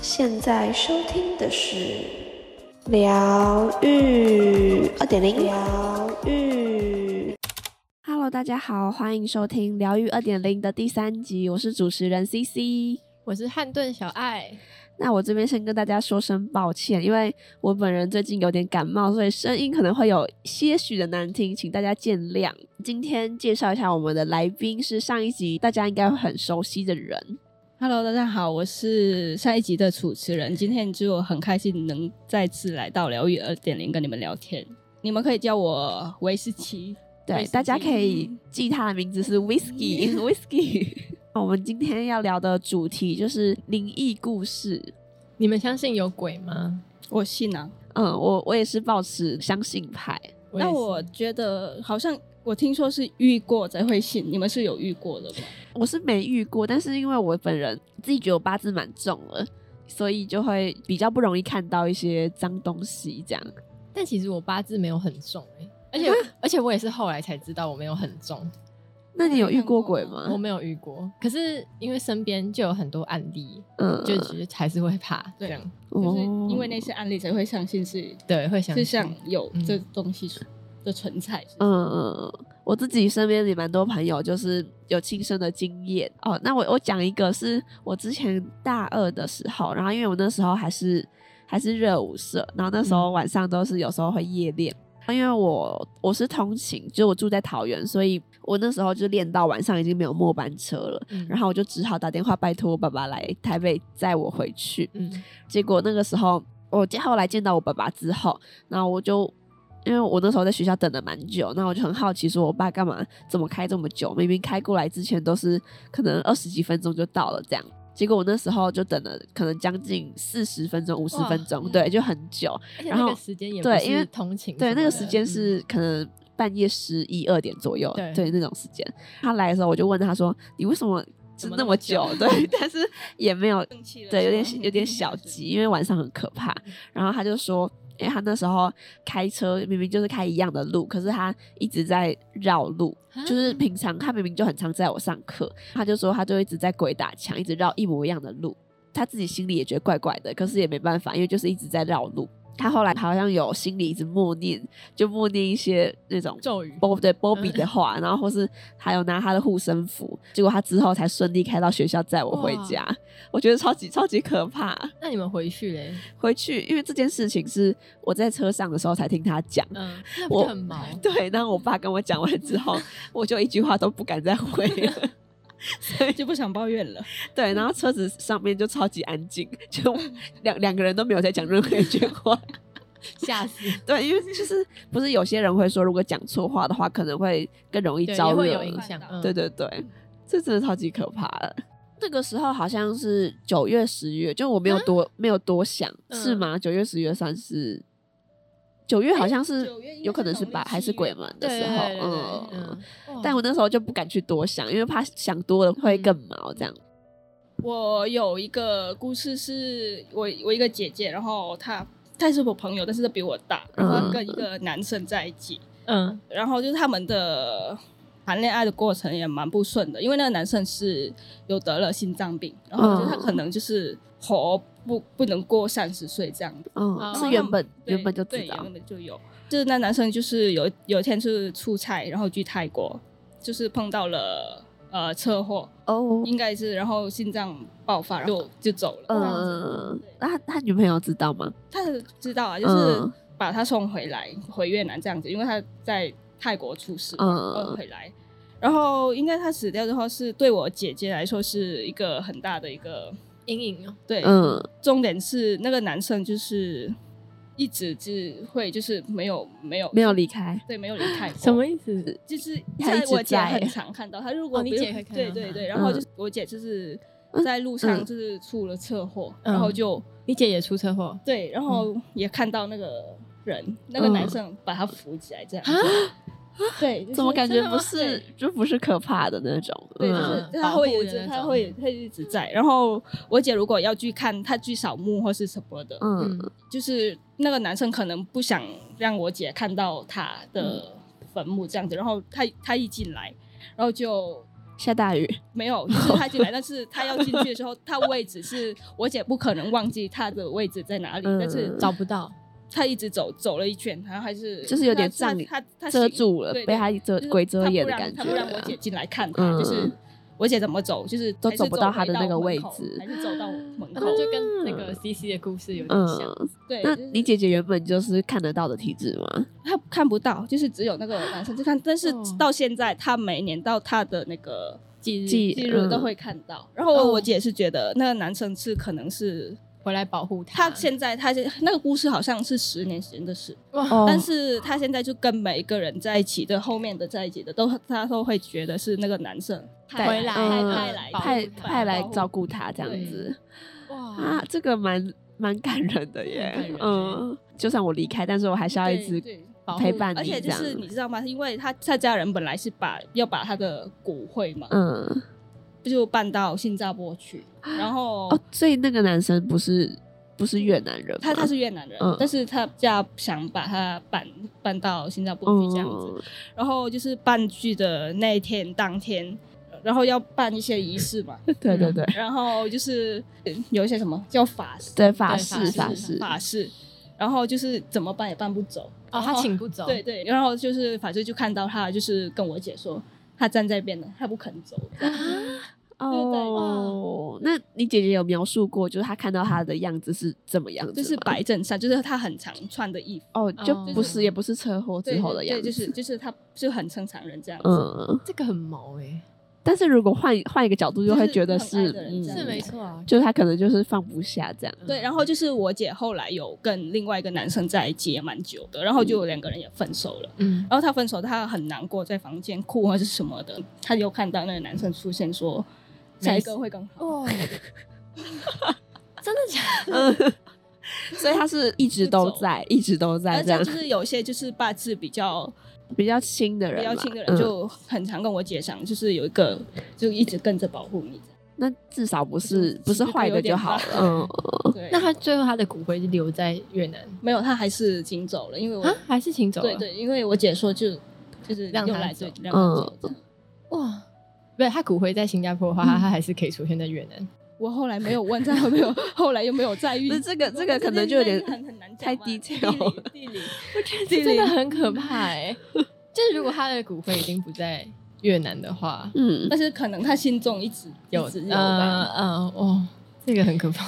现在收听的是疗愈二点零，疗愈。 Hello，大家好，欢迎收听《疗愈二点零》的第三集，我是主持人 CC。我是汉顿小爱，那我这边先跟大家说声抱歉，因为我本人最近有点感冒，所以声音可能会有些许的难听，请大家见谅。今天介绍一下我们的来宾是上一集大家应该会很熟悉的人， Hello，大家好，我是下一集的主持人。今天就很开心能再次来到疗愈二点零跟你们聊天。你们可以叫我维斯奇，嗯对， Whisky 大家可以记他的名字是 Whisky Whisky。我 们今天要聊的主题就是灵异故事。你们相信有鬼吗？我信啊。嗯，我我也是抱持相信派。那也是我觉得好像我听说是遇过才会信，你们是有遇过的吗？我是没遇过，但是因为我本人自己觉得我八字蛮重的，所以就会比较不容易看到一些脏东西这样。但其实我八字没有很重、欸、而且嗯而且我也是后来才知道我没有很重，那你有遇过鬼我吗？没有遇过。可是因为身边就有很多案例，嗯就觉得还是会怕这对样，就是哦因为那些案例才会相信是，对，会想是像有嗯这东西的存在。嗯嗯，嗯我自己身边也蛮多朋友就是有亲身的经验哦。那我我讲一个是我之前大二的时候，然后因为我那时候还是还是热舞社，然后那时候嗯晚上都是有时候会夜练。因为我我是通勤，就我住在桃园，所以我那时候就练到晚上已经没有末班车了，嗯然后我就只好打电话拜托我爸爸来台北载我回去。嗯结果那个时候，我见后来见到我爸爸之后，然后我就因为我那时候在学校等了蛮久，那我就很好奇，说我爸干嘛怎么开这么久？明明开过来之前都是可能二十几分钟就到了这样。结果我那时候就等了可能将近四十分钟、五十哇分钟，嗯对，就很久。而且然那后个时间也对不是因为通勤什对，么那个的时间嗯是可能半夜十一二点左右，对对那种时间。他来的时候，我就问他说：“你为什么是怎么那那么么久久？”对， 但是也没有生气了对，有点是吗嗯有点小急，因为晚上很可怕。然后他就说，因为他那时候开车明明就是开一样的路，可是他一直在绕路，嗯就是平常他明明就很常在我上课，他就说他就一直在鬼打墙，一直绕一模一样的路。他自己心里也觉得怪怪的，可是也没办法，因为就是一直在绕路。他后来好像有心里一直默念，就默念一些那种咒语嗯波对波比的话，然后或是还有拿他的护身符，结果他之后才顺利开到学校载我回哇家，我觉得超级超级可怕。啊那你们回去嘞，回去，因为这件事情是我在车上的时候才听他讲，嗯，那我不就很 毛？对，然后我爸跟我讲完之 后，我就一句话都不敢再回了。就不想抱怨了。对，然后车子上面就超级安静， 就两两个人都没有在讲任何一句话。吓死！ 对，因为就是不是有些人会说，如果讲错话的话，可能会更容易对，招也惹会有影响。嗯对对对，这真的超级可怕的。那个时候好像是九月、十月，就我没有多、没有多想，是啊嗯吗？九月、十月算是九月，好像是九月应该有可是能是农历把还七是月鬼吧门的对时对候，对对嗯。嗯，嗯哇但我那时候就不敢去多想，因为怕想多了会更毛这样。我有一个故事是，我我一个姐姐，然后她她也是我朋友，但是她比我大，然后她跟一个男生在一起，嗯然后就是他们的谈恋爱的过程也蛮不顺的，因为那个男生是有得了心脏病，然嗯后就是他可能就是活不不能过三十岁这样子。嗯，哦是原本啊对原本就知对道原，本就有。就是那男生就是有有一天是出差，然后去泰国，就是碰到了呃车祸，哦，应该是，然后心脏爆发，然后就走了。嗯，对那他他女朋友知道吗？他知道啊，就是嗯把他送回来，回越南这样子，因为他在泰国出事，嗯呃，回来。然后应该他死掉之后，是对我姐姐来说是一个很大的一个阴影哦，对。嗯重点是那个男生就是一直是会就是没有没有没有离开，对没有离开过什么意思？就是他一在直我姐在很常看到他，如果哦你不姐用会看对到对他对，然后嗯就是我姐就是嗯在路嗯上就是出了车祸，嗯然后就你姐也出车祸对，然后也看到那个人，那个男生把他扶起来这样嗯啊子，？对，就是怎么感觉真的不吗是对就不是可怕的那种？对，就嗯是嗯就是保他护会有一的直，那他种会有他一直在。然后我姐如果要去看，她去扫墓或是什么的，嗯嗯就是那个男生可能不想让我姐嗯看到他的坟墓这样子，然后他他一进来，然后就下大雨，没有，就是他进来，但是他要进去的时候，他位置是我姐不可能忘记他的位置在哪里，嗯但是找不到，他一直走走了一圈，然后还是就是有点他让你他他他遮醒住了对，被对他遮就是鬼遮他眼不的让感觉他不让我啊。姐进来看他，就是嗯我姐怎么走，就是都还是走不到回她的那个门位口置还是走到门然口后。就跟那个 C C 的故事有点像。嗯，对，那就是你姐姐原本就是看得到的体质吗？她看不到，就是只有那个男生就看，但是哦到现在她每年到她的那个忌日忌记录都嗯会看到。然后我哦姐是觉得那个男生是可能是回来保护他嗯他。现在他是那个故事好像是十年前的事，哦但是他现在就跟每一个人在一起的，后面的在一起的都他都会觉得是那个男生带回来嗯派来派保护派来保护照顾她这样子啊哇，，这个蛮蛮感人的耶蛮感人。的嗯，就算我离开，但是我还是要一直对对保护陪伴而你且这就样。是你知道吗？因为他他家人本来是把要把他的骨灰嘛，嗯，就搬到新加坡去，然后哦，所以那个男生不是不是越南人吗，他他是越南人嗯，但是他家想把他搬搬到新加坡去这样子，嗯然后就是办剧的那一天当天，然后要办一些仪式 嘛，嗯对对对然后就是呃有一些什么叫法事，对法对式法法式式，法事，然后就是怎么办也办不走，哦，他请不走，对，对，然后就是法师就看到他，就是跟我姐说。他站在边的，他不肯走。哦，那你姐姐有描述过，就是她看到他的样子是怎么样子吗？就是白衬衫，就是他很常穿的衣服，哦，就哦不是也不是车祸之对后的样子，对，就是就是他就很正常人这样子。嗯。这个很毛哎，但是如果换换一个角度，就会觉得就是很爱的人嗯，这样是没错啊，就是他可能就是放不下 这样。 嗯对，然后就是我姐后来有跟另外一个男生在一起也蛮久的，然后就有两个人也分手了。嗯，然后她分手，她很难过，在房间哭啊或者是什么的。她有看到那个男生出现说，没事下一个会更好。哦，真的假的？所以他是一直都在，一直都在而这且样就。是有些就是八字比较比较轻的人比嘛，较轻的人，嗯、就很常跟我姐讲，就是有一个就一直跟着保护你。那至少不是不是就坏有的点就好了吧。嗯， 对，那他最后他的骨灰是留在越南没有，她还是请走了，因为我啊，还是请走对了？对，因为我姐说就就是让用她来走对让她走嗯这样。哇，不是他骨灰在新加坡的话，他他还是可以出现在越 南。我后来没有问，再后没有，后来又没有再遇 那。这个这个可能就有点很很难讲太嘛 detail 了 地理，地理这真的很可怕欸哎、 就是如果他的骨灰已经不在越南 的话，嗯，但是可能他心中一直有一直有呃吧。呃哦，这个很可怕。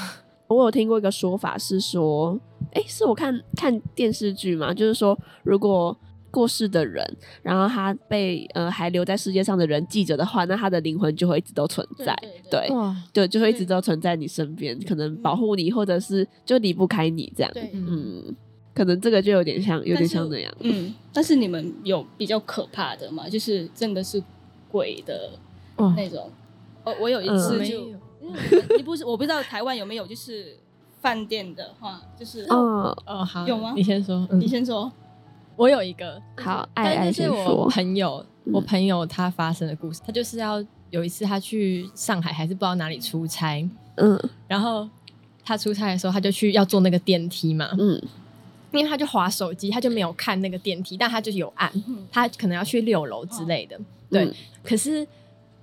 我有听过一个说法是说，哎、是我看看电视剧嘛，就是说，如果过世的人，然后他被呃还留在世界上的人记着的话，那他的灵魂就会一直都存在，对对嗯对哇，对，就会一直都存在你身边，可能保护你，或者是就离不开你这样，对，嗯，嗯，可能这个就有点像，有点像那样，嗯，但是你们有比较可怕的吗？就是真的是鬼的哇，那种。哦，我有一我次没就， 嗯有，你不是我不知道台湾有没有，就是饭店的话，就是嗯，哦，好，有吗你先说，嗯你，先说，我有一个，好，爱爱但是先是我说，朋友，嗯我朋友他发生的故事，他就是要有一次他去上海还是不知道哪里出差，嗯然后他出差的时候他就去要坐那个电梯嘛，嗯因为他就划手机，他就没有看那个电梯，但他就是有按，嗯他可能要去六楼之类的。对，嗯可是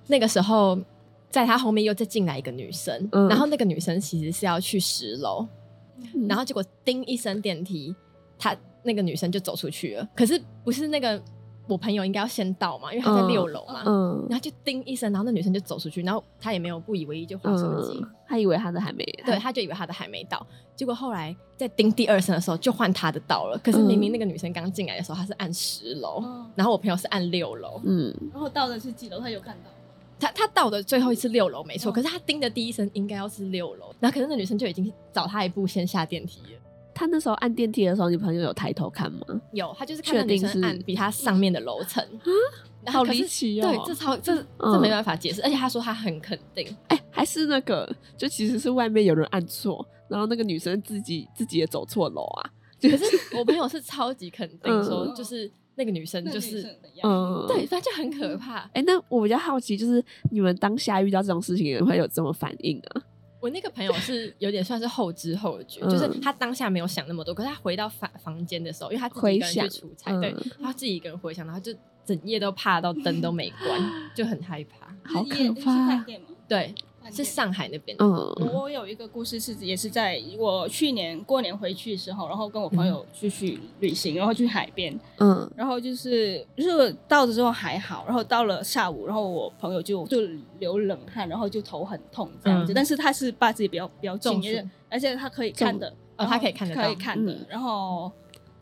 那个时候，在他后面又再进来一个女生，嗯然后那个女生其实是要去十楼，嗯然后结果叮一声电梯，她那个女生就走出去了。可是不是那个我朋友应该要先到嘛，因为她在嗯六楼嘛，嗯然后就叮一声，然后那女生就走出去，然后他也没有不以为意，就划手机。嗯，他以为他的还没，对，他就以为他的还没到，结果后来在叮第二声的时候，就换他的到了。可是明明那个女生刚进来的时候，她是按十楼，嗯然后我朋友是按六楼。嗯然后到的是几楼，他有看到，她她到的最后一次六楼没嗯错，可是她叮的第一声应该要是六楼，然后可是那女生就已经早她一步先下电梯了。他那时候按电梯的时候，你朋友有抬头看吗？有，她就是看到确女定生是嗯啊按比她上面的楼层，然好啊后可离是奇哦！对，这超这这嗯没办法解释，而且她说她很肯定，哎、还是那个，就其实是外面有人按错，然后那个女生自己自己也走错楼啊。可是我朋友是超级肯定说，嗯就是那个女生那女就是呃生怎样嗯，对，。反正就很可怕。哎、那我比较好奇，就是你们当下遇到这种事情，你们会有这么反应啊？我那个朋友 是有点算是后知后觉，嗯就是他当下没有想那么多，可是他回到房房间的时候，因为他自己一个回人想去出差，对嗯，他自己一个人回想，然后就整夜都怕到灯都没关，就很害怕。好是夜可是饭怕。店吗？对，饭是店上海那边的，嗯，哦我有一个故事是，也是在我去年过年回去的时候，然后跟我朋友出去旅行，然后去海边，嗯然后就是就是到的时候还好，然后到了下午，然后我朋友就就流冷汗，然后就头很痛这样子，嗯但是他是把自己比较比较近中暑就是而且他可以看的，哦然后他可以看得到可以看的嗯，然后。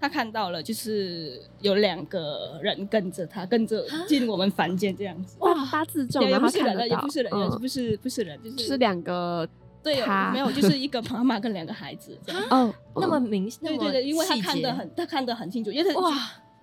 他看到了，就是有两个人跟着他，跟着进我们房间这样子。哇，八字重，也也然后不是看人得了，到也，不是人，也嗯不是不是人，就是就是两个对，他没有，就是一个妈妈跟两个孩子这样。哦，那么明，那对么对对，因为他细看节得很，他看得很清楚，因为他哇，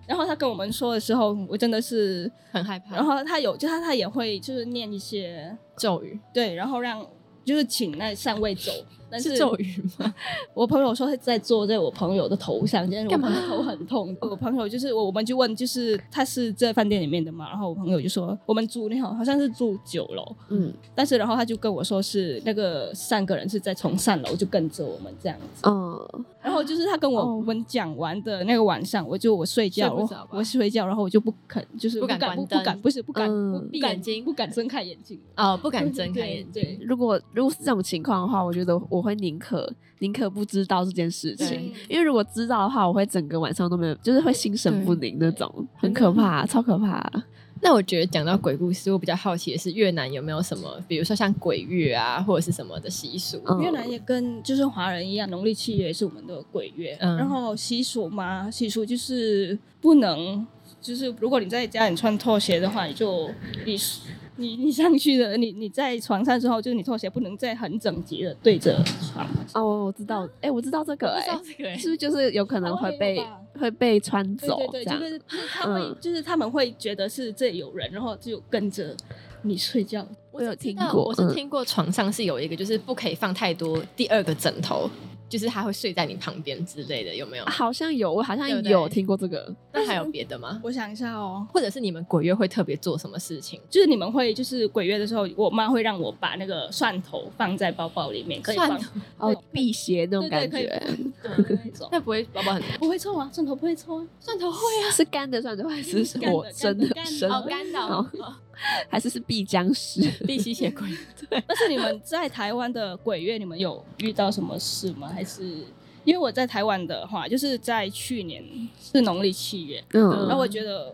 然后他跟我们说的时候，我真的是，很害怕。然后他有，就他他也会就是念一些咒语对，然后让就是请那三位走，但是是咒语 吗？我朋友说他在坐在我朋友的头上，但是我干嘛朋友头很痛。我朋友就是我，我们就问，就是他是在饭店里面的嘛，然后我朋友就说我们住那好好像是住九楼，嗯但是然后他就跟我说是那个三个人是在从上楼就跟着我们这样子。嗯然后就是他跟我哦我们讲完的那个晚上，我就我睡觉，睡不着吧我我睡觉，然后我就不肯，就是不敢敢不关灯不敢，不是不敢嗯不闭不敢眼睛不敢睁开眼睛，哦，不敢睁开眼对睛。对如果如果是这种情况的话，我觉得我会宁可宁可不知道这件事情对，因为如果知道的话，我会整个晚上都没有，就是会心神不宁那种，很可怕，超可怕。那我觉得讲到鬼故事，我比较好奇的是越南有没有什么，比如说像鬼月啊，或者是什么的习俗？嗯越南也跟就是华人一样，农历七月也是我们的鬼月。嗯然后习俗嘛，习俗就是不能，就是如果你在家里穿拖鞋的话，你就你你你上去的，你你在床上之后，就是你拖鞋不能再很整齐的对着床。哦，我知道，哎，我知道这个，不知哎道，这个是不是就是有可能会被台湾哦也有吧会被穿对走这对对，样就？是就是他会、嗯就是他们会觉得是这里有人，然后就跟着你睡觉。我有听那过，我是嗯听过床上是有一个，就是不可以放太多第二个枕头，就是他会睡在你旁边之类的，有没有？好像有，我好像对不对有听过这个。那还有别的吗？我想一下哦，或者是你们鬼月会特别做什么事情？就是你们会就是鬼月的时候，我妈会让我把那个蒜头放在包包里面，可以蒜放头哦对，辟邪那种对对感可以觉， 对那种。那不会宝宝很难不会臭啊，蒜头不会臭啊，蒜头会啊。是干的蒜头还是 干的火干的蒸的干的生哦的，干好还是是 必僵尸？必吸血鬼。 但是你们在台湾的鬼月，你们有遇到什么事吗？还是因为我在台湾的话，就是在去年是农历七月，然嗯后我觉得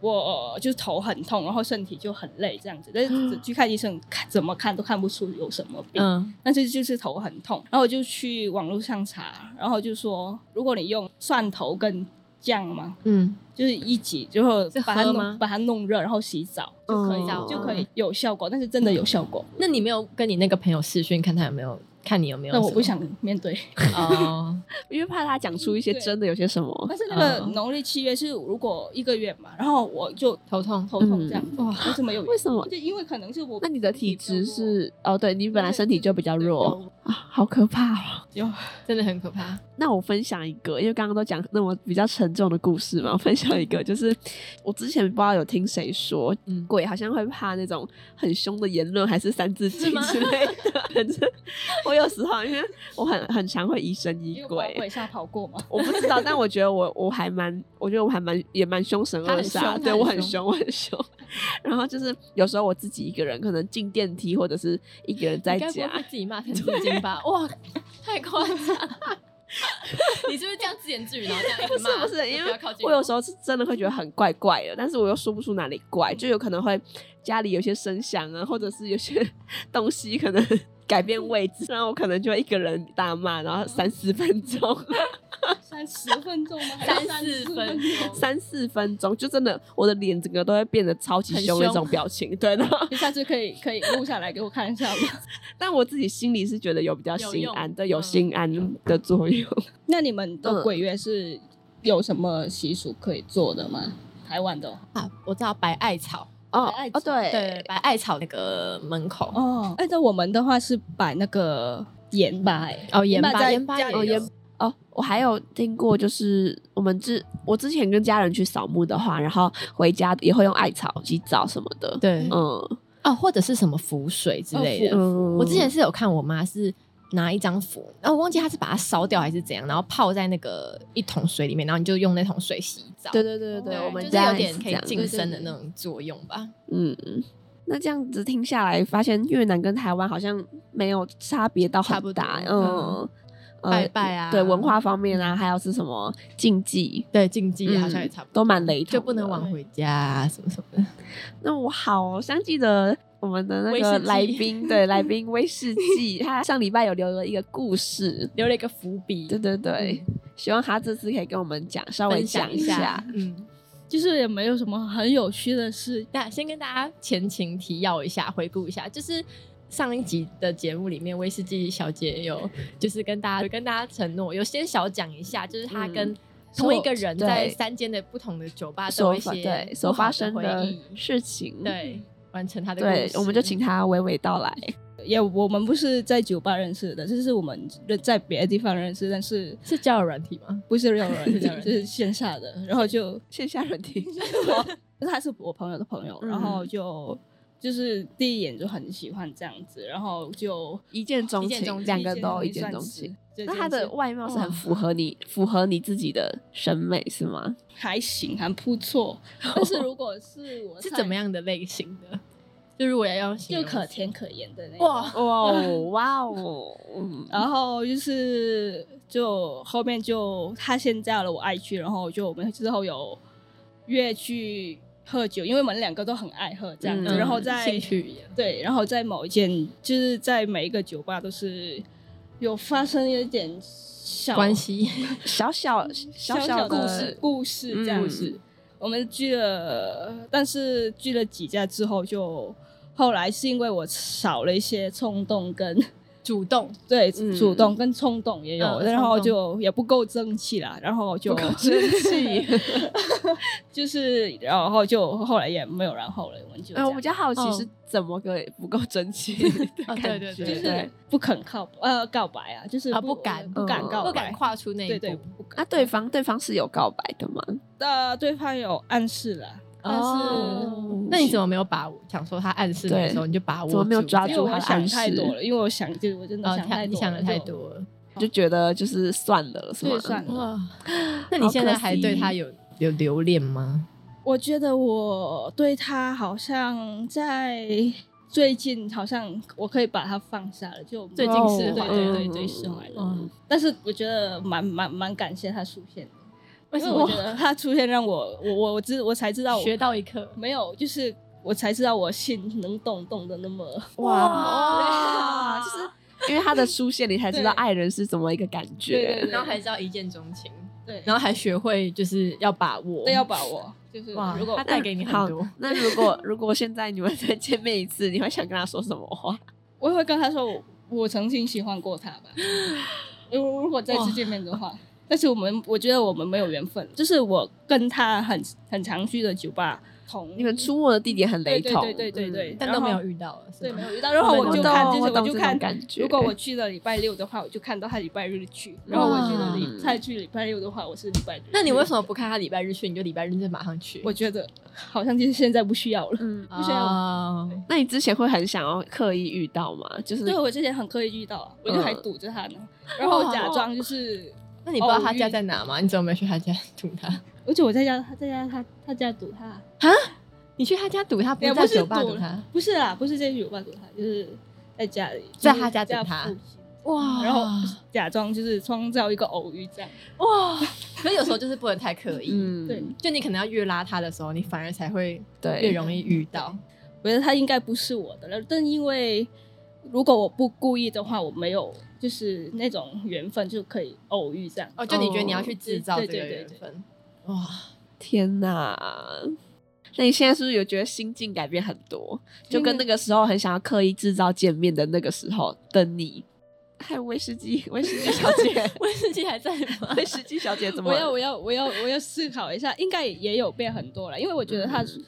我就是头很痛，然后身体就很累这样子，但是嗯去看医生看怎么看都看不出有什么病。嗯，但是就是头很痛，然后我就去网络上查，然后就说，如果你用蒜头跟酱嘛，嗯，就是一起，然后是把它喝吗弄把它弄热，然后洗澡就可以、嗯就可以有效果，但是真的有效果。那你没有跟你那个朋友试训，看他有没有，看你有没嗯有什那么？我不想面 对。哦，因为怕他讲出一些真的有些什 么但是那个嗯农历七月是如果一个月嘛，然后我就头痛。头痛这样子，嗯哇为什么有？为什么就因为可能是我那你的体质比较弱是哦，对你本来身体就比较弱啊，好可怕哦。有真的很 可怕。那我分享一个，因为刚刚都讲那么比较沉重的故事嘛，我分享一 个，就是我之前不知道有听谁说，嗯鬼好像会怕那种很凶的言论，还是三字经吗之类的。 反正我有时候因为我很很常会疑神疑有把鬼，鬼吓跑过 吗？我不知道，但我觉得我我还蛮，我觉得我还蛮也蛮凶神他恶很凶煞，他对很我很凶凶，我很凶。然后就是有时候我自己一个人，可能进电梯或者是一个人在你该不家会，被自 己骂成神经吧？哇，太夸张！ 你是不是这样自言自语，然后这样一不直是骂？不是，就因不为要靠近我有时候是真的会觉得很怪怪的，但是我又说不出哪里怪，就有可能会家里有些声响啊，或者是有些 东西可能 改变位置，然后我可能就一个人大骂，嗯然后三四分钟。 三十分钟吗？还是三34四分钟。钟，三四分钟，就真的我的脸整个都会变得超级很凶的那凶 种表情，对，然后你下次可以可以录下来给我看一下吗？ 但我自己心里是觉得有比较有心用安，对，有嗯心安的作用。那你们嗯的鬼月是有什么习俗可以做的吗？台湾的啊，我知道白艾草， 哦爱哦，情对对，白艾草那个门口哦，按照我们的话是摆那个盐巴、哎哦，盐在巴，家盐巴里也有哦盐哦，我还有听过，就是我们之我之前跟家人去扫墓的话，然后回家也会用艾草洗澡什么的。对，嗯，哦，或者是什么符水之类的。哦嗯我之前是有看我妈是拿一张符，然后我忘记她是把它烧掉还是怎样，然后泡在那个一桶水里面，然后你就用那桶水洗澡。对对对对，对，我们就是家也有点是可这以样晋升的对对那种作用吧。嗯，嗯，那这样子听下来，发现越南跟台湾好像没有差别到差不很多大，嗯嗯，呃拜拜啊对文化方面啊，还有是什么禁忌，对，禁忌嗯好像也差不多，都蛮雷同的，就不能晚回家啊，什么什么的。那我好像记得我们的那威个士忌来宾，对来 宾威士忌，他上礼拜有留了一个故事，留了一个伏笔，对对对，希望他这次可以跟我们讲，稍微嗯分讲享一一下下。。嗯，就是也没有什么很有趣的事。那先跟大家前情提要一下，回顾一下，就是。上一集的节目里面，威士忌小姐有就是跟大家有跟大家承诺，有先小讲一下，就是她跟嗯同一个人所在对三间的不同的酒吧都所有一发些对不所好发生的的回忆，事情，对，完成她的对故，事我们就请他娓娓道来。也我们不是在酒吧认识的，就是我们在别的地方认识，但是是交友软体吗？不是有 人是有人就是线下的，然后就线下人听， 他是我朋友的朋友，嗯然后就就是第一眼就很喜欢这样子，然后就一见钟一见情，钟两个都一见见钟情。，这那件他事的外貌是很哇符合你，符合你自己的审美是吗？还行，还不错。 但是如果是我是怎么样，样的类型的？就如果要用形就容可词甜可盐的那种。 哇，哇哦， 哇哦，嗯然后就是就后面就他先加了我 IG，然后就我们之后有约去喝酒，因为我们两个都很爱喝这样子，嗯然后在兴趣语言对，然后在某一件就是在每一个酒吧都是有发生有一点小关系，小小小小的小故事故事这样子。嗯我们聚了，但是聚了几家之后就。后来是因为我少了一些冲动跟主动对，嗯主动跟冲动也有，嗯然后冲动就也不够争气啦，然后就不够争气， 就是然后就后来也没有然后了，我们就哎，我比这样较好奇哦是怎么个不够争气的 哦感对觉，对就对是不肯靠呃告白啊，就是啊不敢不敢嗯告白，不敢跨出那一对步对，不敢那啊对方对方是有告白的吗？呃对方有暗示了，但是嗯哦，那你怎么没有把握？想说他暗示你的时候，对你就把握住，怎么没有抓因住为他我的想暗示太多了，因为我想就我真的哦，想他太你多想了，的太就多了，就觉得就是算了是吗？对算了哇！那你现在还对他有有留恋吗？我觉得我对他好像在最近好像我可以把他放下了，就最近释对怀对对嗯对释怀了。嗯，但是我觉得蛮蛮蛮感谢他出现的，为因为我觉得他出现让我我我我知我才知道我学到一课？没有就是。我才知道我心能动动的那么，啊哇哇就是因为他的出现，你才知道对爱人是怎么一个感对对觉对。然后还知道一见钟情，对，然后还学会就是要把握，对要把握，就是哇如果他带给你好很多。那如果 如果现在你们再见面一次，你会想跟他说什么话？我也会跟他说我我曾经喜欢过他吧。如如果再次见面的话，但是我们我觉得我们没有缘分，就是我跟他很很常去的酒吧同你们出没的地点很雷对对同，对对对对，嗯但都然后没有遇到，对是没吗有遇到，然后我就懂看就是我懂就这看种感觉如果我去了礼拜六的话，我就看到他礼拜日去；然后我去了嗯礼再去礼拜六的话，我是礼拜日。那你为什么不看他礼拜日去，你就礼拜日就马上去？我觉得好像就是现在不需要了。嗯，不需要哦那你之前会很想要刻意遇到吗？就是 对，我之前很刻意遇到啊，我就还堵着他呢，然后假装就是，那你不知道他家在哦哪吗？你怎么没去他家堵他？ 而且我在家，他在家，他他家堵他。你去他家堵他，不也是不在是酒吧堵堵他？，不是啦，不是在酒吧堵他，就是在家里，在就是他家堵他附近嗯哇然后假装就是创造一个偶遇这样。哇！ 可是有时候就是不能太刻意，嗯，对，就你可能要越拉他的时候，你反而才会对越容易遇到。我觉得他应该不是我的了，但因为如果我不故意的话，我没有就是那种缘分就可以偶遇这样。哦，就你觉得你要去制造这对个对对缘对分，哇！，天哪！那你现在是不是有觉得心境改变很多？就跟那个时候很想要刻意制造见面的那个时候的你，还有威士忌，威士忌小姐 威士忌还在 吗？威士忌小姐怎么我要了？我要我要我要思考一下，应该也有变很多了，因为我觉得他、嗯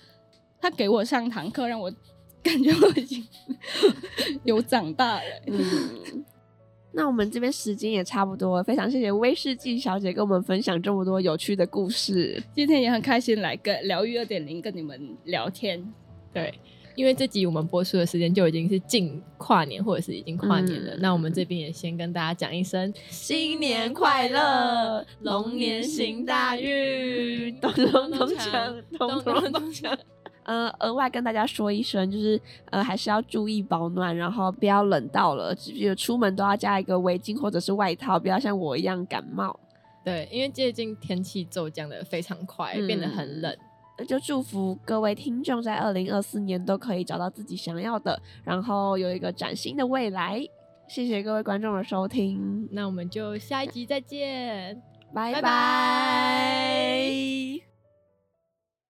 他给我上堂课，让我感觉我已经 有长大了。 嗯，那我们这边时间也差不多了，非常谢谢威士忌小姐跟我们分享这么多有趣的故事。今天也很开心来跟疗愈二点零跟你们聊天，对，因为这集我们播出的时间就已经是近跨年或者是已经跨年了，嗯那我们这边也先跟大家讲一声新年快乐龙年行大 运，咚咚咚锵，咚咚咚锵锵。呃，额外跟大家说一声，就是呃，还是要注意保暖，然后不要冷到了，就出门都要加一个围巾或者是外套，不要像我一样感冒。对，因为最近天气骤降的非常快，嗯变得很冷。那呃就祝福各位听众在二零二四年都可以找到自己想要的，然后有一个崭新的未来。谢谢各位观众的收听，嗯那我们就下一集再见。拜拜拜。拜